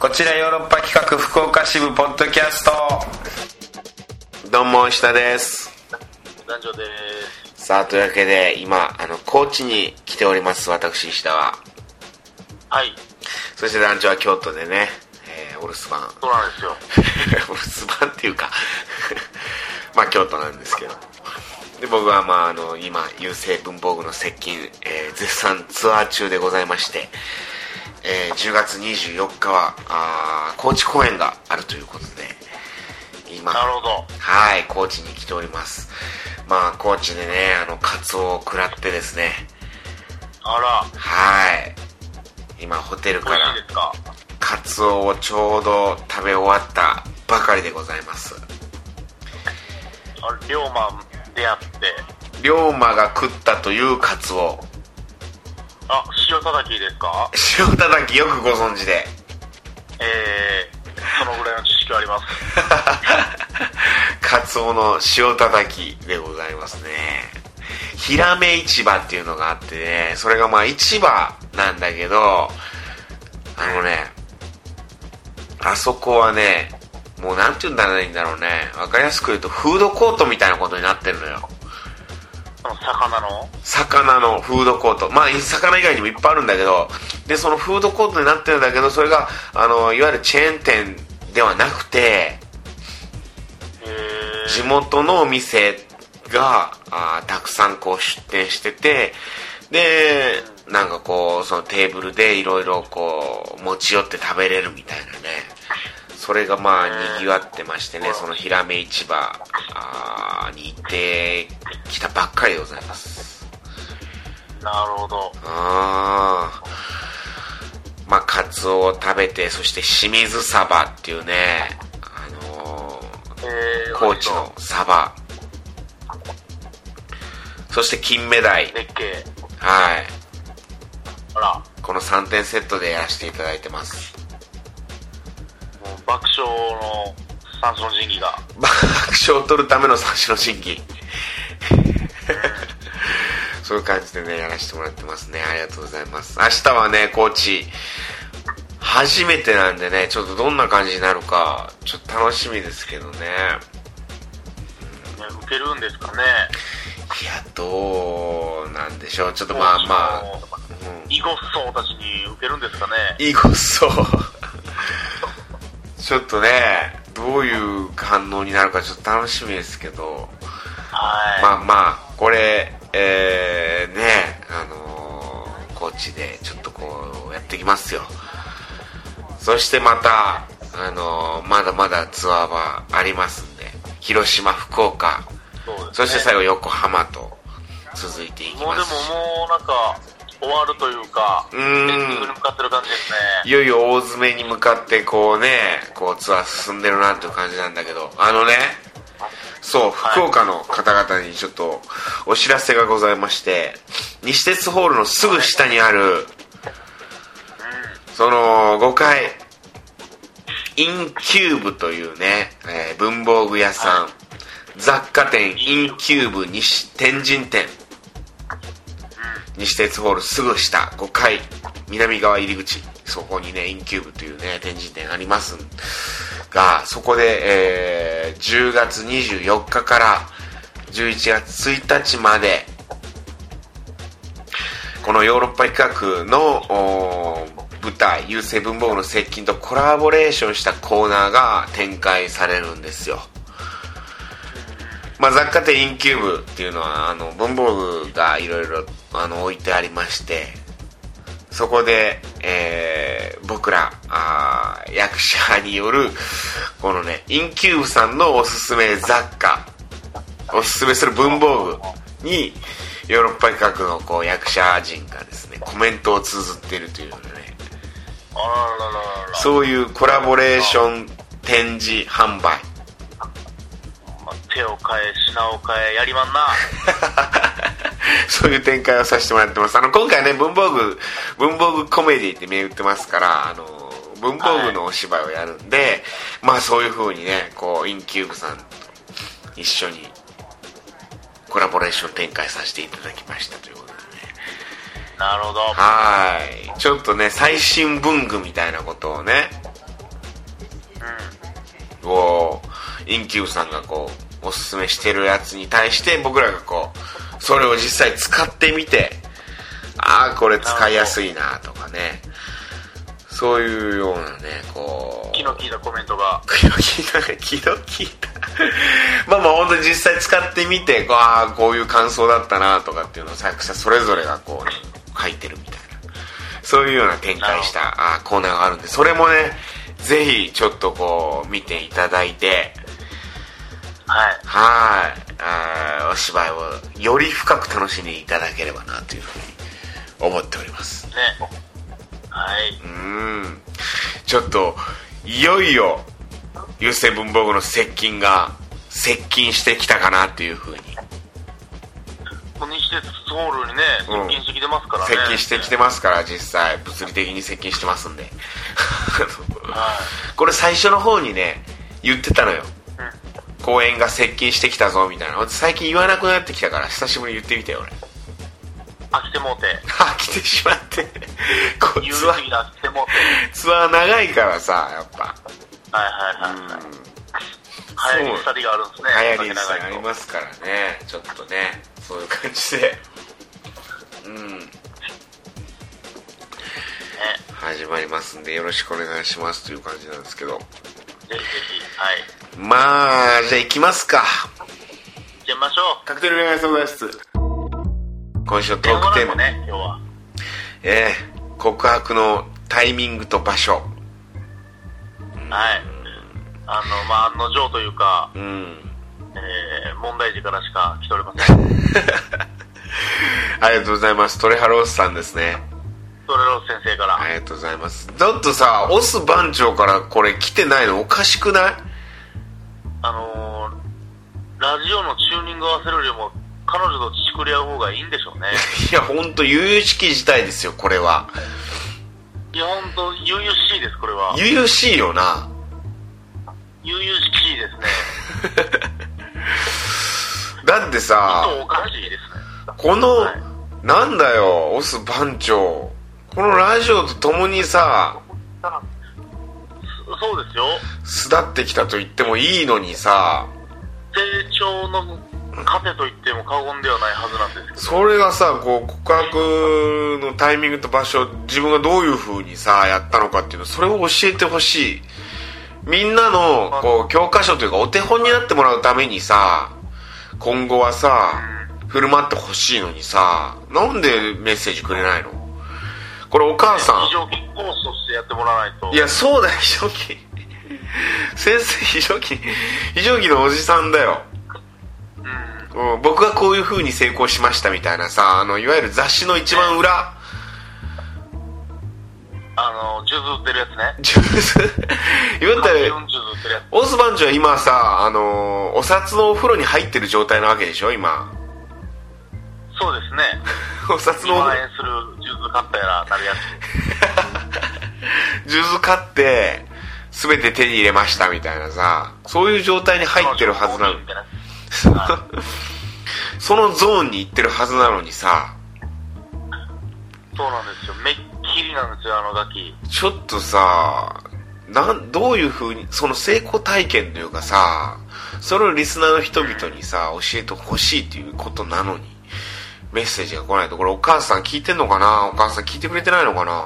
こちらヨーロッパ企画福岡支部ポッドキャストどうも下です男女でさあというわけで今あの高知に来ております私石田はす。はい、そして団長は京都でね、えーお留守番そうなんですよ。 お留守番っていうかまあ京都なんですけどで僕はまああの今郵政文房具の接近、えー絶賛ツアー中でございまして、えー10月24日はあー高知公演があるということで今なるほど。はい、高知に来ております。まあ、高知でね、あの、カツオを食らってですね、あはい。今、ホテルら、か美ら味しいですかカツオをちょうど食べ終わったばかりでございます。あれ、龍馬であって、龍馬が食ったというカツオ。あ、塩叩きですか塩叩きよくご存知で。 えー、そのぐらいの知識はあります。カツオの塩叩きでございますね。ヒラメ市場っていうのがあってね、それがまあ市場なんだけど、あのね、あそこはね、もうなんて言うんだろうね、わかりやすく言うとフードコートみたいなことになってるのよ。その魚の、魚のフードコート。まあ、魚以外にもいっぱいあるんだけど、で、そのフードコートになってるんだけど、それが、あの、いわゆるチェーン店ではなくて、えー、地元のお店があーたくさんこう出店しててでなんかこうそのテーブルでいろいろこう持ち寄って食べれるみたいなねそれがまあ賑わってましてねそのヒラメ市場あーに行ってきたばっかりでございますなるほど。あーまあカツオを食べてそして清水サバっていうねあのーえー、高知美味しのサバそして金目鯛そう。でっけえ。はいあら、この3点セットでやらせていただいてますもう爆笑の三種の神器が。爆笑を取るための三種の神器 そういう感じでねやらせてもらってますねありがとうございます明日はね高知初めてなんでねちょっとどんな感じになるかちょっと楽しみですけどねね、受けるんですかね。いやどうなんでしょうちょっとまあまあ、高知のうん、囲碁僧たちに受けるんですかね。いいごっそう ちょっとねどういう反応になるかちょっと楽しみですけどはい。まあまあこれえー、ねあのー、高知でちょっとこうやってきますよそしてまたあのー、まだまだツアーはありますんで広島福岡そうですねそして最後横浜と続いていきもうまですしももうなんか終わるというか、ううーんに向かってる感じですいね。よいよ大詰めに向かってこうねこうツアー進んでるなっていう感じなんだけどあのねそうはい福岡の方々にちょっとお知らせがございまして西鉄ホールのすぐ下にあるその5階インキューブというね、えー文房具屋さん雑貨店インキューブ西天神店西鉄ホールすぐ下5階南側入り口そこにねインキューブというね展示店ありますがそこで、えー10月24日から11月1日までこのヨーロッパ企画のおー舞台優勢文房具の接近とコラボレーションしたコーナーが展開されるんですよまあ、雑貨店インキューブっていうのはあの文房具がいろいろあの置いてありましてそこで、えー僕らあー役者によるこのねインキューブさんのおすすめ雑貨おすすめする文房具にヨーロッパ企画のこう役者陣がですねコメントを綴っているというようなねあらららららら。そういうコラボレーション展示販売まあ手を変え、品を変え、やりま んな。そういう展開をさせてもらってます。あの、今回ね、文房具、文房具コメディって銘打ってますから、あの、文房具のお芝居をやるんで、まあそういう風にね、こう、インキューブさんと一緒にコラボレーション展開させていただきましたということでね。なるほど。はーい。ちょっとね、最新文具みたいなことをね、をインキューブさんがこうおすすめしてるやつに対して僕らがこうそれを実際使ってみてああこれ使いやすいなとかねそういうようなねこう気の利いたコメントが気の利いた気の利いた まあまあ本当に実際使ってみてこうああこういう感想だったなとかっていうのを作者それぞれがこうね書いてるみたいなそういうような展開したあーコーナーがあるんでそれもねぜひちょっとこう見ていただいてはいはいあーお芝居をより深く楽しんでいただければなというふうに思っておりますねはいうーんちょっといよいよ優勢文房具の接近が接近してきたかなっていうふうにこの西鉄ソウルにねうん接近してきてますからね接近してきてますから実際物理的に接近してますんで はいこれ最初の方にね言ってたのようん公園が接近してきたぞみたいな最近言わなくなってきたから久しぶりに言ってみてよ俺 飽きてもうて飽きてしまってこい言うつは時が飽きてもうてツアー長いからさやっぱはいはいはいはい流行り廃りがあるんですね流行りさ酒ん長あいりとますからねちょっとねそういう感じでうんね始まりますんでよろしくお願いしますという感じなんですけどぜひぜひはいまあじゃあ行きますか行きましょうカクテル恋愛相談室今週のトークテーマ、ね今日はええ告白のタイミングと場所はいあのまあ案の定というか、うんえー、問題児からしか来ておりませ んトレありがとうございますトレハロースさんですねロース先生から、ありがとうございますちょっとさオス番長からこれ来てないのおかしくないあのー、ラジオのチューニング合わせるよりも彼女と乳くり合う方がいいんでしょ うねいや本当悠々しき事態ですよこれはいや本当悠々しいですこれは悠々しいよな悠々しいですねだってちょっさとおかしいですねこの、はいなんだよオス番長このラジオと共にさそそうですよ巣立ってきたと言ってもいいのにさ成長の糧と言っても過言ではないはずなんですけどそれがさこう告白のタイミングと場所自分がどういう風にさやったのかっていうのそれを教えてほしいみんなのこう教科書というかお手本になってもらうためにさ今後はさ振る舞ってほしいのにさなんでメッセージくれないのこれお母さん非常勤講師としてやってもらわないといや、そうだよ、非常勤。先生、非常勤、非常勤のおじさんだよ。うんうん、僕がこういう風に成功しましたみたいなさ、あの、いわゆる雑誌の一番裏、あの、ジュズ売ってるやつね。ジュース、 言った40ら、ジュズ売ってるやオス番長は今さ、あの、お札のお風呂に入ってる状態なわけでしょ、今。つ。そうですね。お札のお2万風呂、円するジュズ買ったやら、なるや つ。ジュース買って、すべて手に入れましたみたいなさ、そういう状態に入ってるはずなのみ。たいな。そのゾーンに行ってるはずなのにさ、そうなんですよ。めっきりなんですよ、あのガキ。ちょっとさなんどういうふうにその成功体験というかさそれをリスナーの人々にさ教えてほしいということなのにメッセージが来ないとこれお母さん聞いてんのかなお母さん聞いてくれてないのかな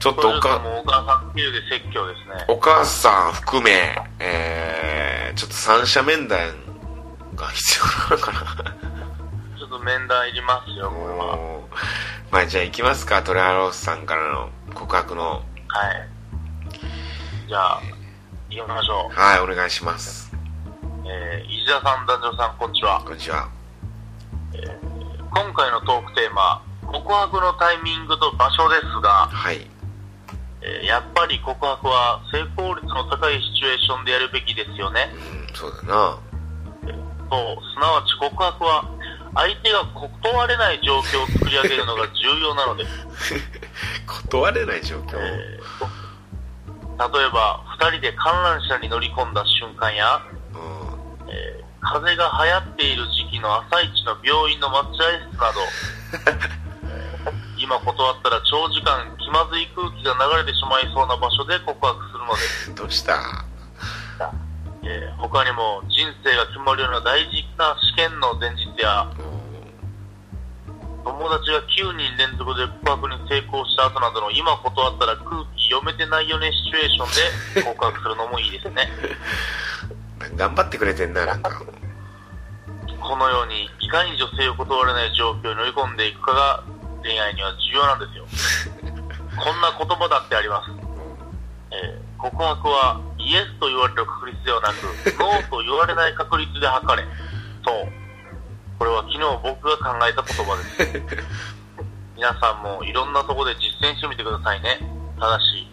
ちょっそとれおとかもうお母さん経由で説教ですね。お母さん含め、えー、ちょっと三者面談が必要なのかな ちょっと面談いりますよ、これは。もうまあじゃあ行きますかトレハロースさんからの告白のはい。じゃあ、行きましょう。はいお願いしますえー、石田さん、男女さん、こんにちは。こんにちは今回のトークテーマ、告白のタイミングと場所ですが、はいえーやっぱり告白は成功率の高いシチュエーションでやるべきですよね。うんそうだなそう、すなわち告白は相手が断れない状況を作り上げるのが重要なのです。断れない状況、えー例えば、2人で観覧車に乗り込んだ瞬間や、うんえー風邪が流行っている時期の朝一の病院の待合室など、えー今断ったら長時間気まずい空気が流れてしまいそうな場所で告白するのですどうしたえー他にも人生が決まるような大事な試験の前日や友達が9人連続で告白に成功した後などの今断ったら空気読めてないよねシチュエーションで告白するのもいいですね頑張ってくれてんななんかこのようにいかに女性を断れない状況に乗り込んでいくかが恋愛には重要なんですよこんな言葉だってあります、えー告白はイエスと言われる確率ではなくノーと言われない確率で測れそうこれは昨日僕が考えた言葉です皆さんもいろんなとこで実践してみてくださいねただし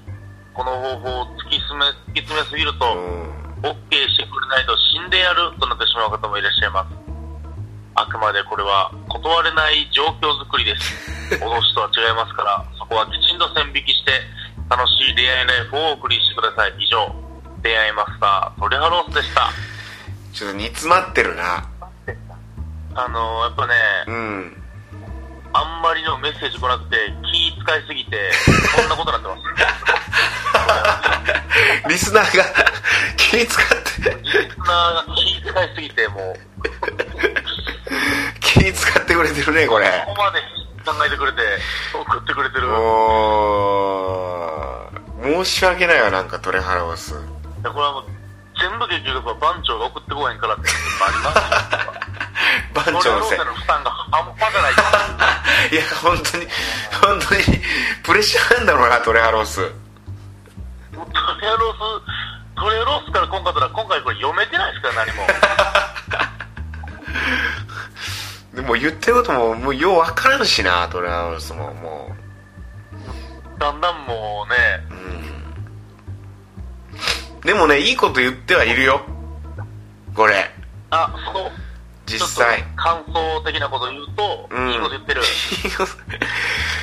この方法を突き進め突き詰めすぎると、うんオッケーしてくれないと死んでやるとなってしまう方もいらっしゃいますあくまでこれは断れない状況づくりです脅しとは違いますからそこはきちんと線引きして楽しい恋愛ライフをお送りしてください以上恋愛マスタートレハロースでしたちょっと煮詰まってるなあのーやっぱねうんあんまりのメッセージ来なくて気使いすぎてこんなことになってますリスナーが 気使ってリスナーが気使いすぎてもう気使ってくれてるねこれここまで考えてくれて送ってくれてるおー申し訳ないわなんかトレハロースでこれはもう全部結局番長が送ってこへんか らってあ番りますよ長のせいそれの負担が半端じゃないで すいや本当に本当にプレッシャーなんだろうなトレハロース もうトレロストレロスから今回だったら今回これ読めてないですから何もでも言ってることももうようわからんしなトレハロースももだんだんもうねううんでもねいいこと言ってはいるよこれあそう実ち際ょっと感想的なこと言うと、うんいいこと言ってる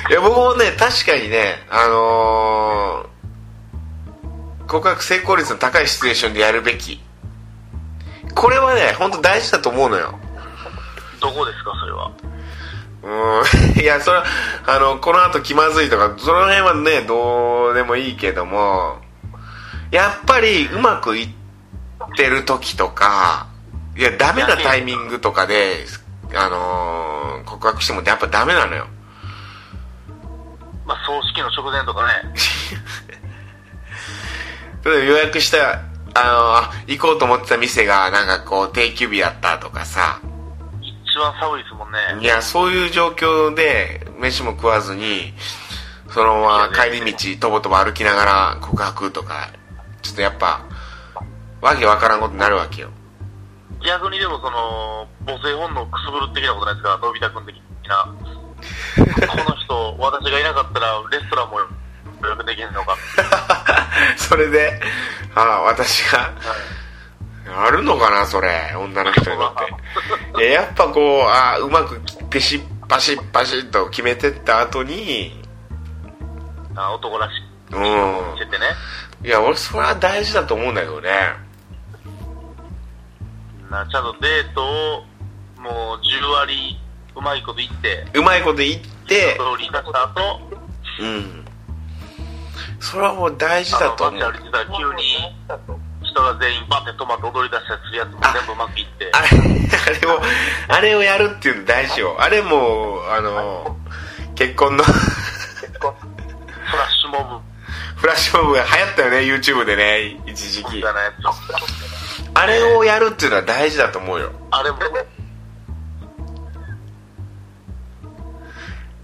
いや僕もね確かにねあのー告白成功率の高いシチュエーションでやるべきこれはね本当大事だと思うのよどこですかそれはうんい やそれはあのこの後気まずいとかその辺はねどうでもいいけどもやっぱりうまくいってる時とかいやダメなタイミングとかであのー告白してもやっぱダメなのよまあ葬式の直前とかね例えば予約したあの行こうと思ってた店がなんかこう定休日やったとかさ一番寒いですもんねいやそういう状況で飯も食わずにそのまま帰り道とぼとぼ歩きながら告白とかちょっとやっぱわけわからんことになるわけよ逆にでもその母性本能くすぶる的なことないですかのび太くん的なこの人私がいなかったらレストランも予約できへんのか、 それでああ私があるのかなそれ女の人にとっていややっぱこうあうまくペシッパシッパシッと決めてった後にあ男らしうんくしててねいや、俺、それは大事だと思うんだけどね。なちゃんとデートをもう10割うまいこと言ってうまいこと言ってそ、れを利かした後うん。それはもう大事あだのと街思う。あ歩いれ、てたら急に人が全員バッて止まって踊り出したりするやつも全部うまくいってあれを、あれをやるっていうの大事よ。あれもう、あの、結婚の フラッシュモブフラッシュモブが流行ったよね、YouTube でね、一時期みたい。なやつあれをやるっていうのは大事だと思うよ。あれも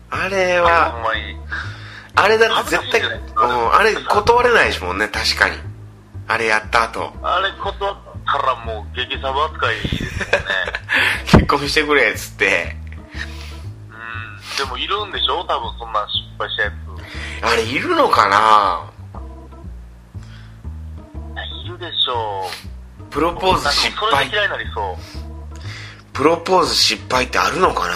あれほんは、まにあれだって絶対、恥ずかしういじゃないん、あれ断れないしもんね、確かに。あれやった後。 あれ断ったらもう激サブ扱いですもんね 結婚してくれ、っつって。うんでもいるんでしょ多分そんな失敗したやつあれいるのかないやいるでしょプロポーズ失なんかそれ敗で嫌いになりそうプロポーズ失敗ってあるのかな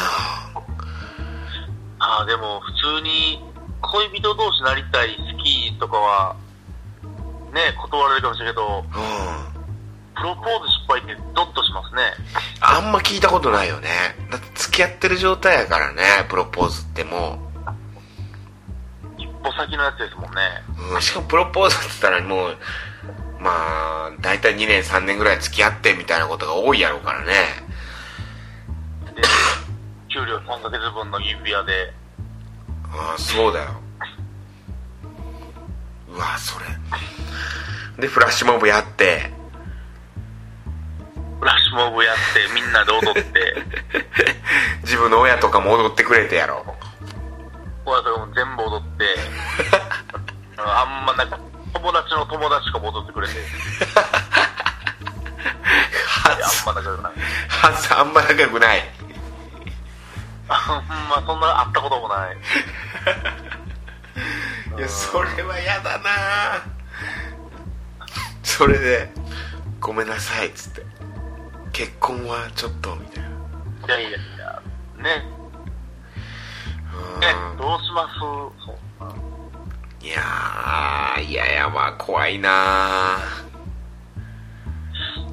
ああでも普通に恋人同士なりたい好きとかはね断られるかもしれないけどうんプロポーズ失敗ってドッとしますねあんま聞いたことないよねだって付き合ってる状態やからねプロポーズってもう歩先のやつですもんね。うんしかもプロポーズって言ったらもうまあ大体2年3年ぐらい付き合ってみたいなことが多いやろうからねで、給料3ヶ月分の指輪で、ああそうだようわそれでフラッシュモブやってフラッシュモブやって、みんなで踊って、自分の親とかも踊ってくれてや ろ親とかも全部 踊って、あんまなんか、友達の友達とかも踊ってくれて、いやあんま仲良くない。ハンさんあんま仲良くないあんまそんな会ったこともない。いやそれは嫌だなそれで「ごめんなさい」っつって「結婚はちょっと」みたいないやいやいや、ね、ね、うどうしますそんなんいやーいやいやまあ怖いな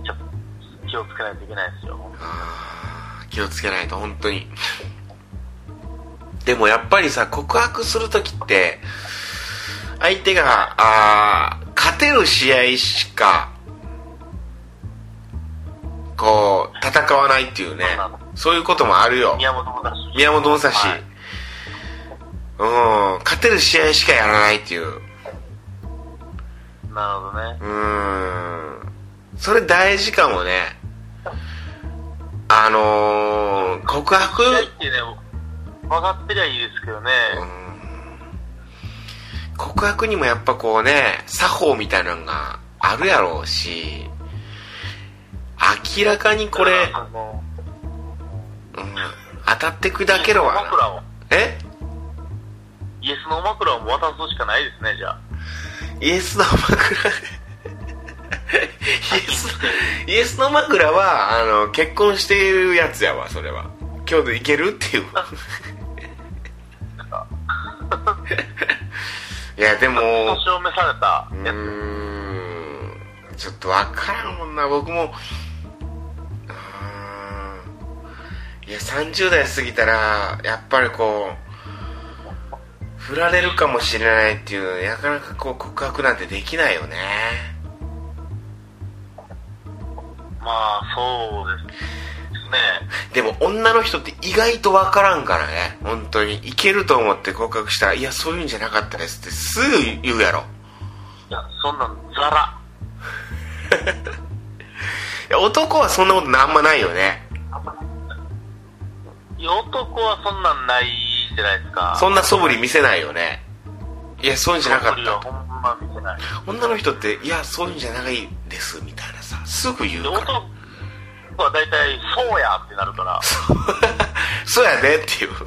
ちょっと気をつけないといけないですよ。あー気をつけないと本当にでもやっぱりさ告白する時って相手があー勝てる試合しかこう戦わないっていうねそういうこともあるよ宮本武蔵。宮本武蔵、はいうん勝てる試合しかやらないっていうなるほどねう。ーんそれ大事かもねあのー、告白試合ってね、分かってりゃいいですけどね、告白にもやっぱこうね作法みたいなのがあるやろうし明らかにこれ、あの、うん、当たって砕けろわな枕を、えイエスの枕をもう渡すしかないですね、じゃあ。イエスの枕でイエスイエスの枕はあの結婚しているやつやわそれは今日でいけるっていう いやでも年を召されたうやつ、ーんちょっとわからんもんな僕もあーいや30代過ぎたらやっぱりこう振られるかもしれないっていうなかなかこう告白なんてできないよねまあ、そうですね。でも女の人って意外とわからんからね本当にいけると思って告白したらいやそういうんじゃなかったですってすぐ言うやろいや、そんなん、ザラ。いや男はそんなことあんまないよねいや男はそんなんないじゃないですか。そんな素振り見せないよねいやそういうんじゃなかっそたのほんま見てない。女の人って「いやそういうんじゃないです」みたいなさすぐ言うで、から男 は大体、そうやってなるから、 「そうやで」っていうそう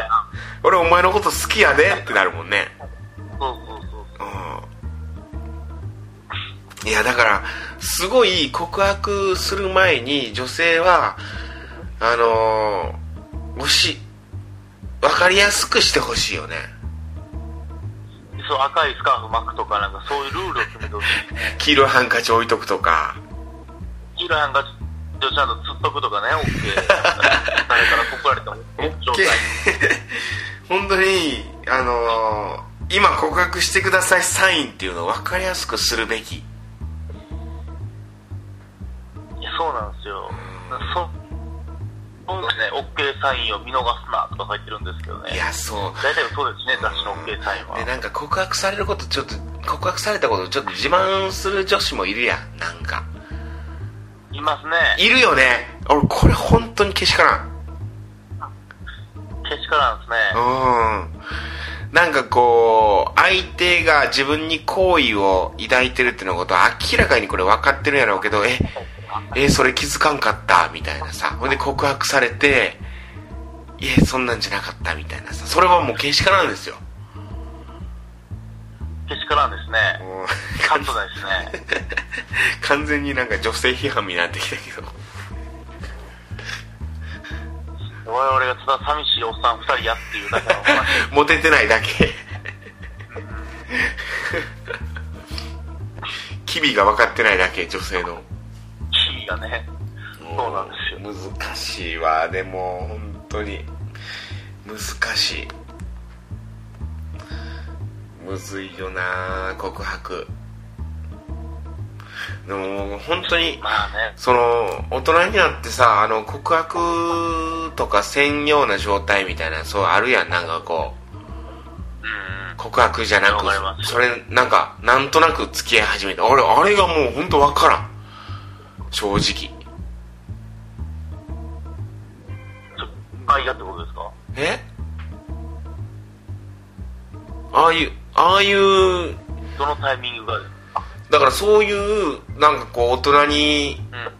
や。 「俺お前のこと好きやで」ってなるもんねそうそうそう。うんいやだからすごい告白する前に女性はあのー、もし分かりやすくしてほしいよねそう赤いスカーフ巻くとかなんかそういうルールを決めてほしい。黄色いハンカチ置いとくとかイランがちゃんと釣っとくとかね、オッケー。誰から告られて も状態。本当にあのー今告白してくださいサインっていうのを分かりやすくするべきいやそうなんですよ。そそうですね、オッケーサインを見逃すなとか書いてるんですけどねい。やそう大体そうですね、雑誌のオッケーサインは。でなんか告白されることちょっと告白されたことちょっと自慢する女子もいるやんなんかいますね。いるよね俺これ本当にけしからんけしからんですね。うんなんかこう相手が自分に好意を抱いてるってのことは明らかにこれ分かってるんやろうけどええそれ気づかんかったみたいなさほんで告白されていえそんなんじゃなかったみたいなさそれはもうけしからんですよけしからんですね。もうカットですね。完全になんか女性批判になってきたけど我々がただ寂しいおっさん二人やっていうだけの話。モテてないだけ 機微が分かってないだけ女性のキーがね。そうなんですよ。よ難しいわでも本当に難しいむずいよな告白でも本当にまあねその大人になってさあの告白とかせんような状態みたいなそうあるやんなんかこううん告白じゃなわかりまくすそれなんかなんとなく付き合い始めた俺あれがもう本当わからん正直倍がってことですかえああいうああいうどのタイミングがですかだからそういうなんかこう大人にうん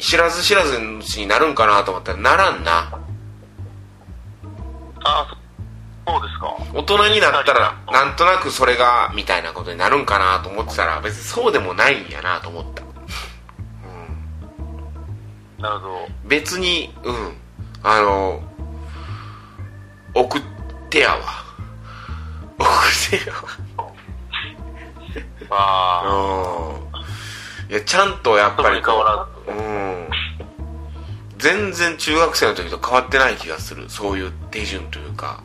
知らず知らずのうちになるんかなと思ったらならんなああそそうですか大人になったらなんとなくそれがみたいなことになるんかなと思ってたら別にそうでもないんやなと思った、うなるほどん、別にうんあの送ってやわ 送ってやわあうんいやちゃんとやっぱりこううん全然中学生の時と変わってない気がするそういう手順というか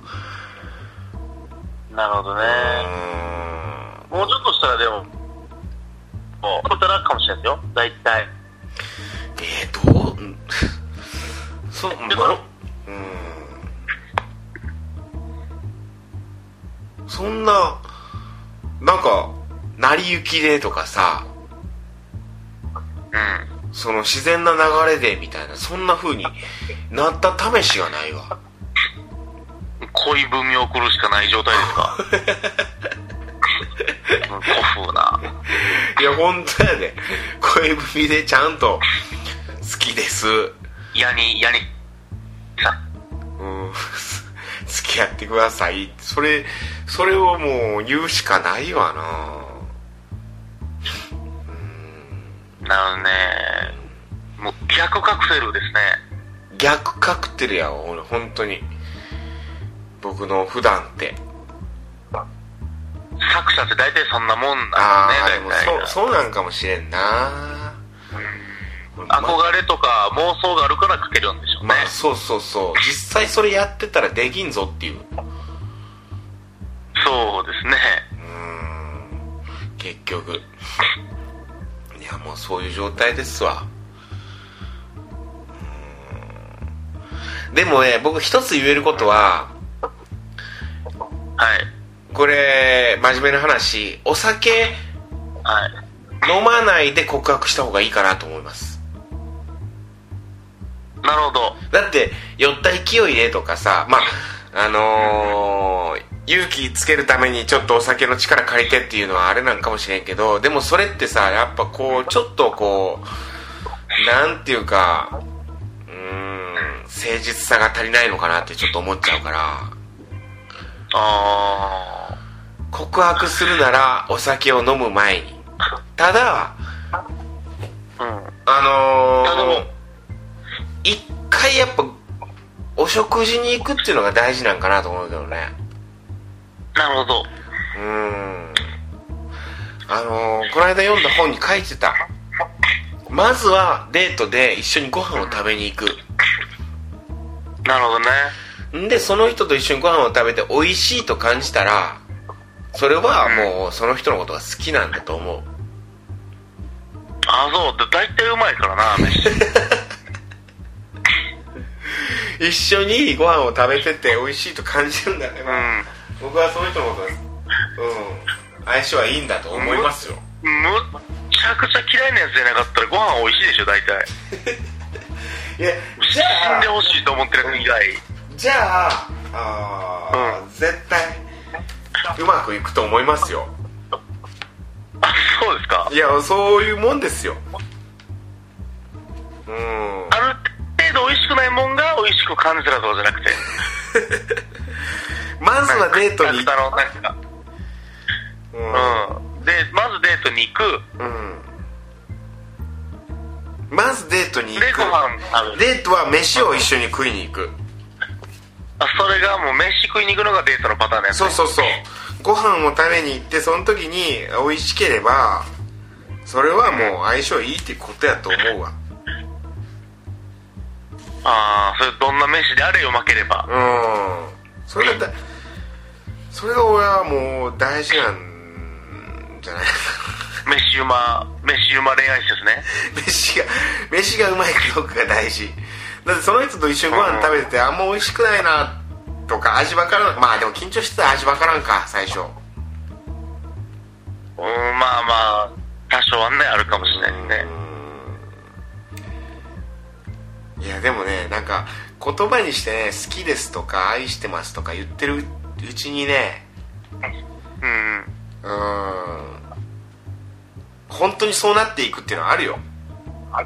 あなるほどねうんもうちょっとしたらでももう取ったらかもしれないですよ大体えー、どううんそうでもうんそんななんか成り行きでとかさうんその自然な流れでみたいなそんな風になった試しがないわ恋文を送るしかない状態ですかうん 古風ないや、本当やで。恋文でちゃんと、好きです。うヤニヤニさんん。 付き合ってください。それ、それをもう言うしかないわななるね。もう逆カクセルですね。逆カクテルやわ、俺、本当に。僕の普段って。作者って大体そんなもんああ、なんででもすね、大体が。そう、そうなんかもしれんな俺ま憧れとか妄想があるから書けるんでしょうねま。あ、そうそうそう。実際それやってたらできんぞっていう。そうですね。うーん結局いやもうそういう状態ですわうーんでもね僕一つ言えることははい。これ真面目な話お酒はい。飲まないで告白した方がいいかなと思いますなるほど。だって酔った勢いでとかさまああのー勇気つけるためにちょっとお酒の力借りてっていうのはあれなんかもしれんけどでもそれってさやっぱこうちょっとこうなんていうかうーん誠実さが足りないのかなってちょっと思っちゃうからあ告白するならお酒を飲む前にただー。うん。ああののー一回やっぱお食事に行くっていうのが大事なんかなと思うけどねなるほど。うーんあのーこの間読んだ本に書いてたまずはデートで一緒にご飯を食べに行なるほどね。くんでその人と一緒にご飯を食べて美味しいと感じたらそれはもうその人のことが好きなんだと思うあそう。だ大体うまいからな、飯。一緒にご飯を食べてて美味しいと感じるんだね、うまあん。僕はその人のことがうん相性はいいんだと思いますよむっちゃくちゃ嫌いなやつじゃなかったらご飯美味しいでしょ、大体。いや死じゃんあでほしいと思ってる以外。じゃああー、絶対うまくいくと思いますよあ、そうですかい。やそういうもんですようんある程度美味しくないもんが美味しく感じたらとかじゃなくて。まずはデートになんかあのなんかううん。で、まずデートに行く。ん、うん、まずデートに行で、ごく飯食べる。デートは飯を一緒に食いに行くあ、それがもう飯食いに行くのがデートのパターンのやつ、そうそうそうご飯を食べに行ってその時に美味しければそれはもう相性いいってことやと思うわああ、それどんな飯であれよ、負ければ。うんそれだったそそれが俺はもう大事なんじゃないか飯うま、飯うま恋愛史ですな飯ね。が飯がうまいかどうかが大事だってその人と一緒にご飯食べててあんま美味しくないなとか味わからんまあでも緊張してたら味わからんか最初うん、まあまあ、多少はね、あるかもしれないですね。いやでもねなんか言葉にしてね好きですとか愛してますとか言ってるうちにねうん。うーん本当にそうなっていくっていうのはあるよまあ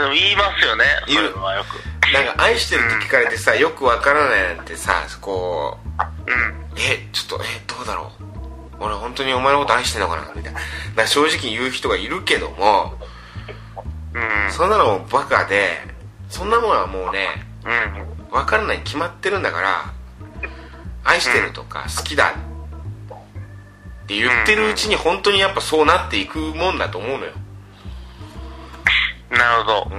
でも言いますよね、言うそれはよく。なんか愛してるって聞かれてさよくわからないなんてさこううん。えちょっとえどうだろう俺本当にお前のこと愛してんのかなみたいななんか正直言う人がいるけどもうん。そんなのバカでそんなものはもうねうん。分からないに決まってるんだから愛してるとか好きだって言ってるうちに本当にやっぱそうなっていくもんだと思うのよなるほうど。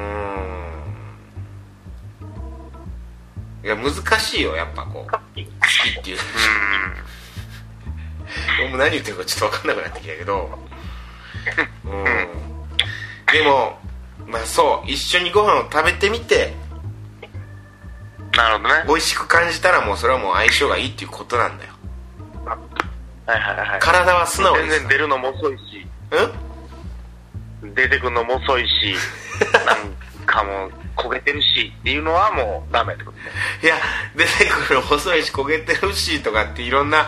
ーんいや難しいよやっぱこう好きっていううん。俺も何言ってるかちょっと分かんなくなってきたけどうんでもまあそう一緒にご飯を食べてみてなるほどね。美味しく感じたらもうそれはもう相性がいいっていうことなんだよはいはいはい。体は素直に全然出るのも遅いし、うん出てくるのも遅い し、なんかもう焦げてるしっていうのはもうダメってことね。いや出てくる細いし焦げてるしとかっていろんな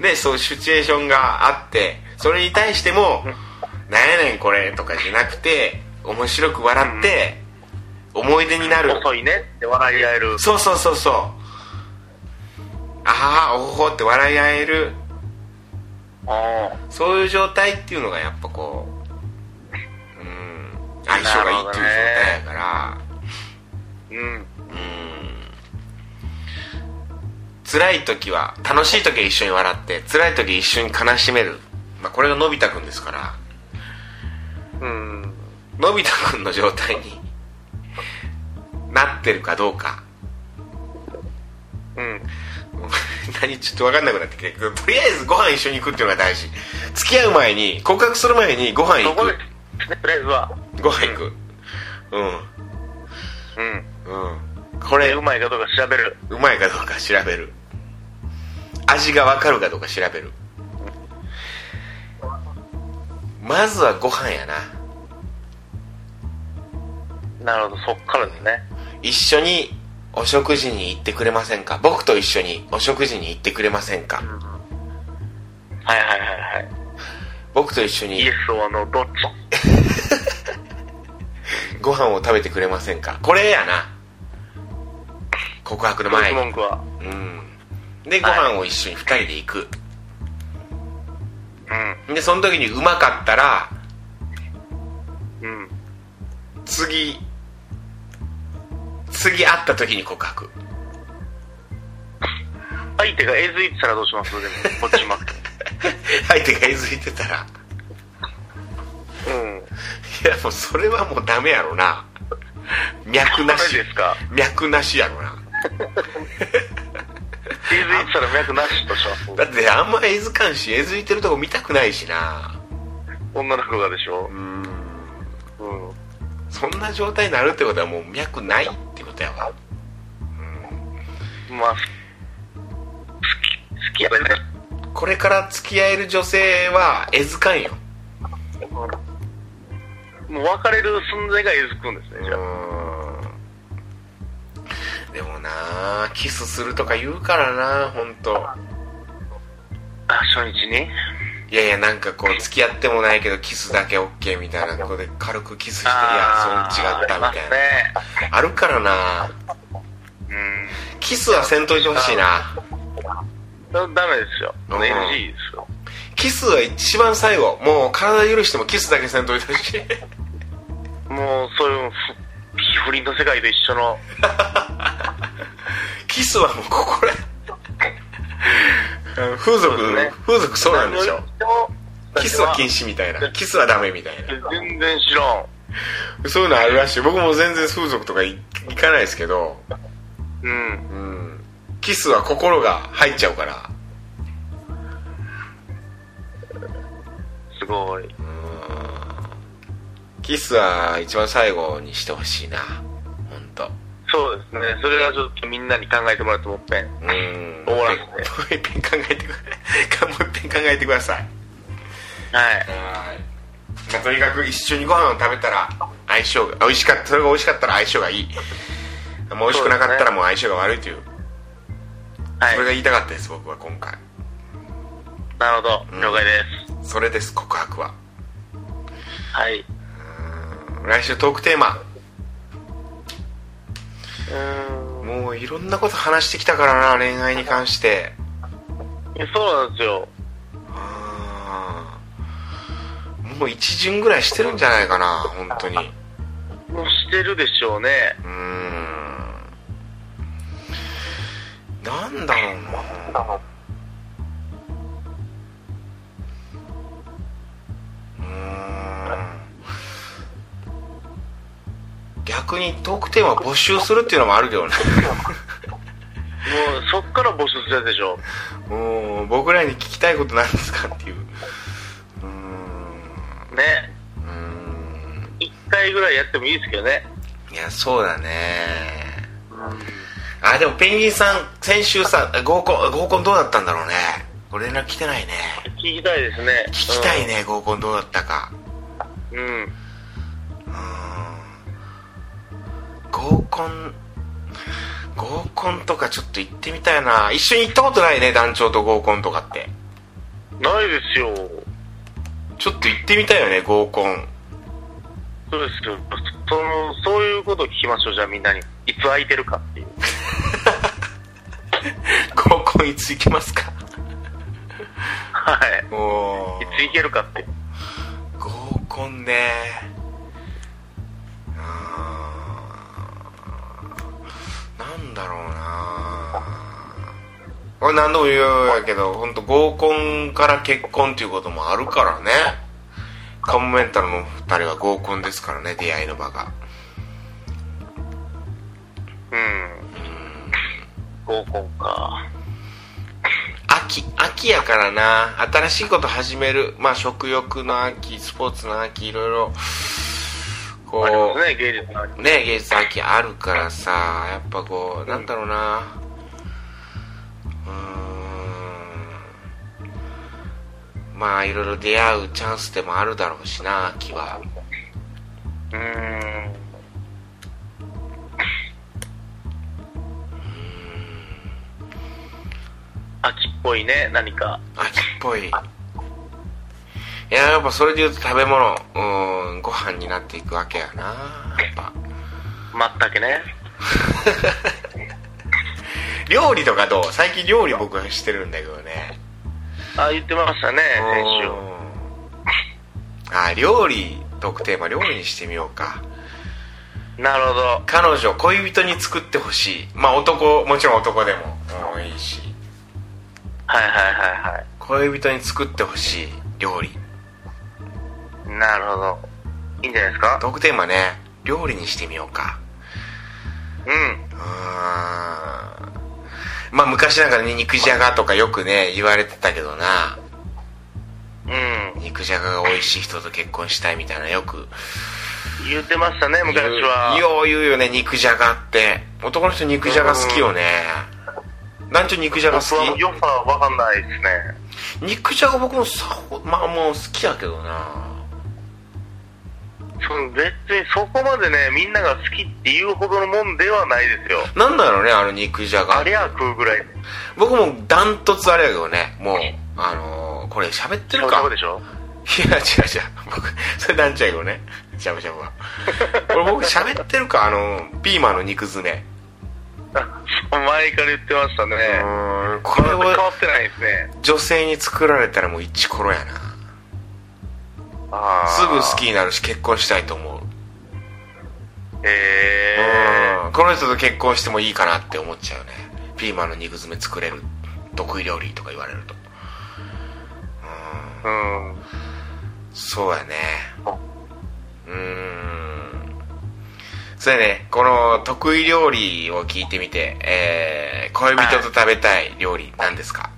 ねそういうシチュエーションがあってそれに対しても「なんやねんこれ」とかじゃなくて面白く笑って思い出になる遅いねって笑い合える。そうそうそうそうああおほほって笑い合えるああ。そういう状態っていうのがやっぱこううん相性がいいっていう状態やから、うん。辛い時は楽しい時は一緒に笑って辛い時は一緒に悲しめる、まあ、これがのび太くんですからうん。のび太くんの状態になってるかどうかうん。もう 何ちょっと分かんなくなってきたけどとりあえずご飯一緒に行くっていうのが大事付き合う前に告白する前にご飯そ行こくで、とりあえずは、ご飯行くうんうん。うんこえれうまいかどうか調べる。うまいかどうか調べる味が分かるかどうか調べるまずはご飯やななるほど、そっからですね。一緒にお食事に行ってくれませんか僕と一緒にお食事に行ってくれませんかはいはいはいはい。僕と一緒イにエスをあの、どっちご飯を食べてくれませんかこれやな告白の前に文句は。うんでご飯を一緒に2人で行くうでその時にうまかったらん。うん。次次会った時に告白 相手がえずいてたらどうします でも、こっち負け。相手がえずいてたらうん。いやもうそれはもうダメやろな脈なしダメですか脈なしやろなえずいてたら脈なしとしますだってあんま絵図鑑し絵図いてるとこ見たくないしな女の子がでしょうんうん。そんな状態になるってことはもう脈ないってことやわまあ、好き、好きやね。これから付き合える女性は絵図鑑よもう別れる寸前がえずくんですね、じゃあ。でもなキスするとか言うからな本当。あ、初日にいやいやなんかこう付き合ってもないけどキスだけ OK みたいなことで軽くキスしていやあそーれ違ったみたありいまなあるからなすね。うん。キスはせんといてほしいなだダメですよ。うん NG ですよ。キスは一番最後もう体許してもキスだけせんといてほしい もう、そういうふ、不倫の世界と一緒の、キスはもうここらあの風俗そうですね風俗そうなんでしょキスは禁止。止みたいなキスはダメみたいな全然知らん。そういうのあるらしい僕も全然風俗とか行行かないですけどうん。キスは心が入っちゃうからすごい。キスは一番最後にしてほしいな本当。そうですね。それはちょっとみんなに考えてもらってもっぺん。うーん終わらせもう一遍考えてくだもう一遍考えてくださいはい。はい、まあ、とにかく一緒にご飯を食べたら相性が美味しかったそれが美味しかったら相性がいいもう美味しくなかったらもう相性が悪いというそはい。れが言いたかったです僕は今回なるほどう。ん了解でそれです告白はす。はい。う来週トークテーマーん。もういろんなこと話してきたからな恋愛に関してそうなんですよ。あーもう一巡ぐらいしてるんじゃないかな本当にもうしてるでしょうね。うーんなんだろうなうーん逆にトークテーマを募集するっていうのもあるけどねもうそっから募集するやつでしょ。もう僕らに聞きたいことなんですかっていううーね。んうーん一回ぐらいやってもいいですけどね。いやそうだねあでもペンギンさん先週さ合コン合コンどうだったんだろうねこれ連絡来てないね聞きたいですね。聞きたいね、合コンどうだったかうん。うん。うーん合コン合コンとかちょっと行ってみたいな一緒に行ったことないね団長と合コンとかってないですよ。ちょっと行ってみたいよね合コンそうですよ。その、そういうことを聞きましょう。じゃあみんなに。いつ空いてるかっていう。合コンいつ行きますかはい。おいつ行けるかっていう。合コンねうーんなんだろうなこれ何度も言うようやけど本当合コンから結婚っていうこともあるからねカモメンタルの2人は合コンですからね出会いの場がうん。合コンか。秋秋やからな新しいこと始めるまあ食欲の秋スポーツの秋いろいろこうありますね、芸術の秋。ね芸術の秋あるからさやっぱこうなんだろうなうーんまあいろいろ出会うチャンスでもあるだろうしな秋はうーん。秋っぽいね、何か。秋っぽいいややっぱそれで言うと食べ物うーんご飯になっていくわけやなやっぱまったけね。料理とかどう最近料理僕はしてるんだけどねあ、言ってましたね、う先んあ料理特テーマ料理にしてみようか週。なるほど。彼女恋人に作ってほしいまあ男もちろん男でも、うん、いいしはいはいはいは恋人に作ってほしい料理い。なるほど。いいんじゃないですかトークテーマね料理にしてみようかうんう。ーんまあ昔なんかね肉じゃがとかよくね言われてたけどなうん。肉じゃがが美味しい人と結婚したいみたいなよく言ってましたね、昔は。よう言うよね肉じゃがって男の人肉じゃが好きよね団長肉じゃが好僕はき良さはわかんないですね。肉じゃが僕もさほまあもう好きやけどなその別にそこまでね、みんなが好きっていうほどのもんではないですよ。なんだろうねあの肉じゃがありゃ食うぐらい。僕もダントツあれやけどねもうあのー、これ喋ってるかでしょいや違う違う僕それ団長やけどねしゃぶしゃぶはこれ僕喋ってるかあのーピーマンの肉詰め前から言ってましたね。うーんこれ変わをってないですね。女性に作られたらもう一コロやなあすぐ好き。きになるし結婚したいと思うえうんこの人と結婚してもいいかなって思っちゃうねピーマンの肉詰め作れる得意料理とか言われるとー。うん。そうやねうーんそうやねこの得意料理を聞いてみて、えー、恋人と食べたい料理何ですか、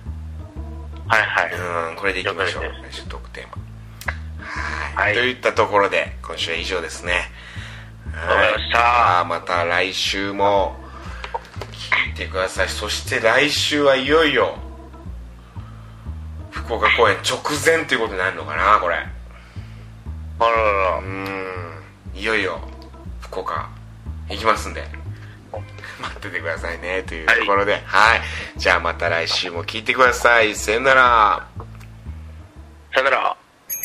はいはい。うーんこれでいきましょう了解来週トークテーマはい、といったところで今週は以上ですねわかりましはいたまあまた来週も聞いてくださいそして来週はいよいよ福岡公演直前ということになるのかなこれあらららう。ーんいよいよ福岡行きますんで 待っててくださいねというところではい、じゃあまた来週も聞いてくださいさよならさよなら。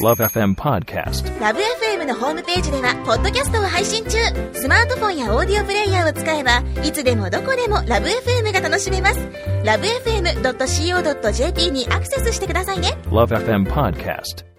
Love FM Podcast. ラブ f m のホームページではポッドキャストを配信中スマートフォンやオーディオプレイヤーを使えばいつでもどこでもラブ f m が楽しめますラブ FM.co.jp にアクセスしてくださいね Love FM Podcast.